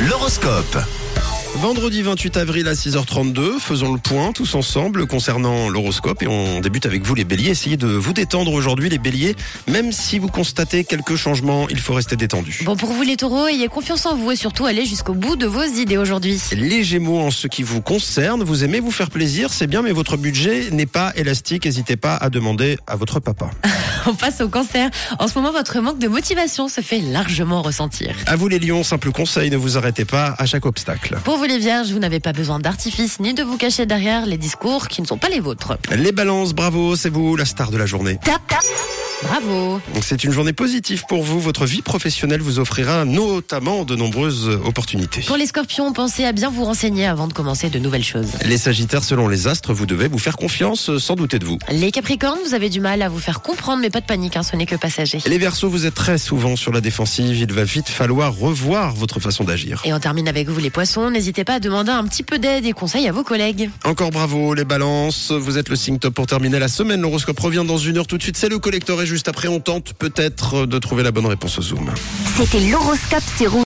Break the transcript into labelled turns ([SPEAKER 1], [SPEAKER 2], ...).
[SPEAKER 1] L'horoscope. Vendredi 28 avril à 6h32, faisons le point tous ensemble concernant l'horoscope et on débute avec vous les béliers. Essayez de vous détendre aujourd'hui les béliers, même si vous constatez quelques changements, il faut rester détendu.
[SPEAKER 2] Bon, pour vous les taureaux, ayez confiance en vous et surtout allez jusqu'au bout de vos idées aujourd'hui.
[SPEAKER 1] Les gémeaux en ce qui vous concerne, vous aimez vous faire plaisir, c'est bien mais votre budget n'est pas élastique, n'hésitez pas à demander à votre papa.
[SPEAKER 2] On passe au cancer. En ce moment, votre manque de motivation se fait largement ressentir.
[SPEAKER 1] À vous les lions, simple conseil, ne vous arrêtez pas à chaque obstacle.
[SPEAKER 2] Pour vous les vierges, vous n'avez pas besoin d'artifice ni de vous cacher derrière les discours qui ne sont pas les vôtres.
[SPEAKER 1] Les balances, bravo, c'est vous la star de la journée.
[SPEAKER 2] Tap, tap. Bravo
[SPEAKER 1] Donc, C'est une journée positive pour vous, votre vie professionnelle vous offrira notamment de nombreuses opportunités.
[SPEAKER 2] Pour les scorpions, pensez à bien vous renseigner avant de commencer de nouvelles choses.
[SPEAKER 1] Les Sagittaires, selon les astres, vous devez vous faire confiance euh, sans douter de vous.
[SPEAKER 2] Les capricornes, vous avez du mal à vous faire comprendre, mais pas de panique, hein, ce n'est que passager.
[SPEAKER 1] Les Verseaux, vous êtes très souvent sur la défensive, il va vite falloir revoir votre façon d'agir.
[SPEAKER 2] Et on termine avec vous les poissons, n'hésitez pas à demander un petit peu d'aide et conseil à vos collègues.
[SPEAKER 1] Encore bravo les balances, vous êtes le signe top pour terminer la semaine. L'horoscope revient dans une heure tout de suite, c'est le collector et juste après on tente peut-être de trouver la bonne réponse au zoom.
[SPEAKER 3] C'était l'horoscope sur Rouge.